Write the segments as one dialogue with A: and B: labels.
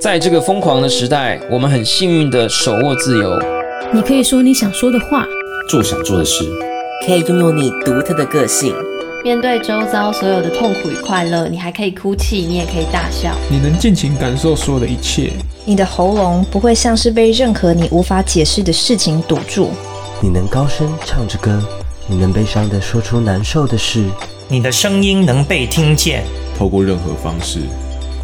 A: 在这个疯狂的时代，我们很幸运的手握自由。
B: 你可以说你想说的话，
C: 做想做的事。
D: 可以拥有你独特的个性。
E: 面对周遭所有的痛苦与快乐，你还可以哭泣，你也可以大笑。
F: 你能尽情感受所有的一切。
G: 你的喉咙不会像是被任何你无法解释的事情堵住。
H: 你能高声唱着歌，你能悲伤的说出难受的事，
I: 你的声音能被听见，
C: 透过任何方式。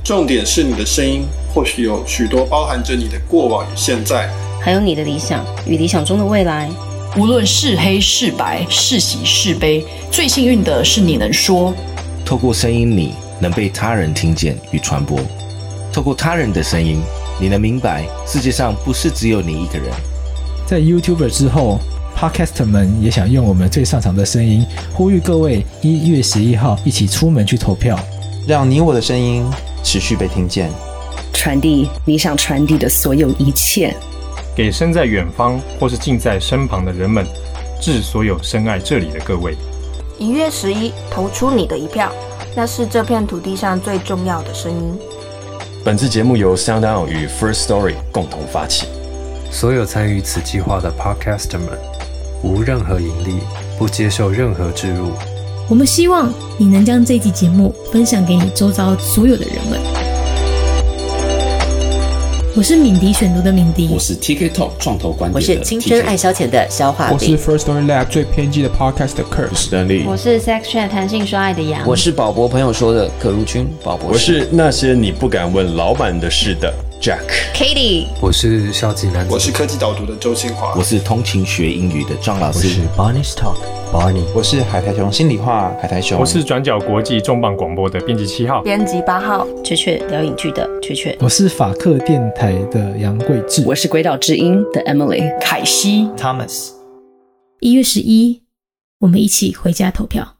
J: 重点是你的声音，或许有许多包含着你的过往与现在，
K: 还有你的理想与理想中的未来。
L: 无论是黑是白，是喜是悲，最幸运的是你能说。
M: 透过声音，你能被他人听见与传播；透过他人的声音，你能明白世界上不是只有你一个人。
N: 在 YouTuber 之后，Podcaster 们也想用我们最擅长的声音，呼吁各位一月十一号一起出门去投票，
O: 让你我的声音持续被听见，
P: 传递你想传递的所有一切。
Q: 给身在远方或是近在身旁的人们，致所有深爱这里的各位。
R: 一月十一，投出你的一票，那是这片土地上最重要的声音。
S: 本次节目由 SoundOn 与 First Story 共同发起。
T: 所有参与此计划的 Podcaster 们，无任何盈利，不接受任何植入。
B: 我们希望你能将这期节目分享给你周遭所有的人们。我是敏迪选读的敏迪，
C: 我是 TK Talk 创投观点，
D: 我是青春爱消遣的消化
F: 我是 First Story Lab 最偏激的 Podcast 的 Curse，
C: 我是丹力，
E: 我是 Sex Chat 弹性说爱的羊，
A: 我是宝博朋友说的可如君，宝博
C: 我是那些你不敢问老板的事的 Jack，Katie，
T: 我是消极男子，
J: 我是科技导读的周清华，
M: 我是通勤学英语的张老师，
H: 我是 Barney's Talk，Barney，
O: 我是海苔熊心里话，海苔熊，
Q: 我是转角国际重磅广播的编辑七号，
R: 编辑八号，
K: 雀雀聊影剧的雀雀，
N: 我是法克电台的杨贵志，
P: 我是鬼岛之音的 Emily，
L: 凯西
I: ，Thomas。
B: 一月十一，我们一起回家投票。